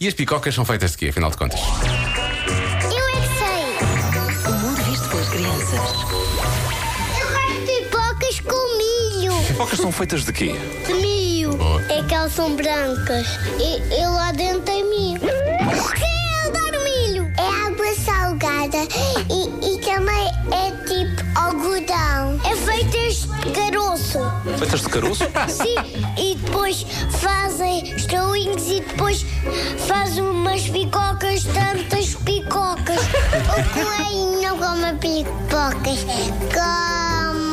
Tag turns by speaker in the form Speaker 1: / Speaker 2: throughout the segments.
Speaker 1: E as pipocas são feitas de quê, afinal de contas?
Speaker 2: Eu é que sei!
Speaker 3: O mundo visto pelas crianças.
Speaker 2: Eu gosto de pipocas com milho!
Speaker 4: Pipocas são feitas de quê? Oh.
Speaker 2: De milho!
Speaker 1: Boa.
Speaker 2: É que elas são brancas e, e lá dentro tem milho! Eu adoro milho! É água salgada e, e também é tipo algodão! É feitas de caroço!
Speaker 4: Feitas de caroço?
Speaker 2: Sim, e depois fazem estrelinhos e depois fazem umas pipocas, tantas pipocas. O coelho não come pipocas, come.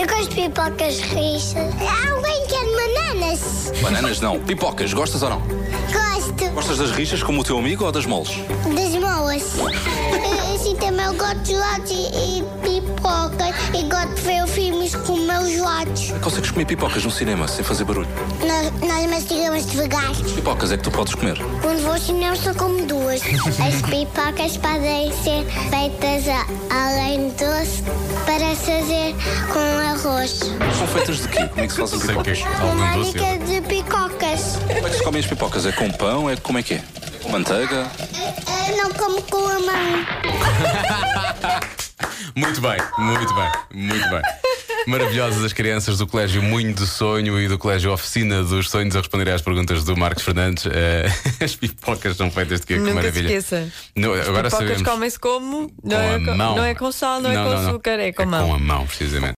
Speaker 2: Eu gosto de pipocas rixas. Alguém quer bananas?
Speaker 4: Bananas não. Pipocas, gostas ou não?
Speaker 2: Gosto
Speaker 4: Gostas das rixas como o teu amigo ou das moles?
Speaker 2: das moas. Assim também eu gosto de gelados e, e pipocas. E gosto de ver filmes com meus gelados.
Speaker 4: Consegues comer pipocas no cinema sem fazer barulho?
Speaker 2: Nós, nós mastigamos devagar.
Speaker 4: Pipocas é que tu podes comer.
Speaker 2: Quando vou ao cinema só como duas. As pipocas podem ser feitas a- além doce para fazer com arroz.
Speaker 4: São feitas de quê? Como é que se fazem
Speaker 1: Sei o que é
Speaker 4: pipocas?
Speaker 1: que-
Speaker 2: Uma
Speaker 1: algum doce.
Speaker 2: marca de pipocas.
Speaker 4: Como é que se comem as pipocas? É com pão? É como é que é? É Com manteiga?
Speaker 2: Eu não como com a mão.
Speaker 1: Muito bem, muito bem, muito bem. Maravilhosas as crianças do Colégio Munho do Sonho e do Colégio Oficina dos Sonhos a responder às perguntas do Marcos Fernandes. Eh, as pipocas são feitas de quê? que
Speaker 5: Nunca se
Speaker 1: maravilha.
Speaker 5: esqueça.
Speaker 1: No- agora
Speaker 5: Pipocas
Speaker 1: sabemos.
Speaker 5: comem-se como?
Speaker 1: Com
Speaker 5: Não, é
Speaker 1: a
Speaker 5: com,
Speaker 1: mão.
Speaker 5: não é com sal, não, é com açúcar, é com
Speaker 1: É
Speaker 5: mão.
Speaker 1: com a mão, precisamente.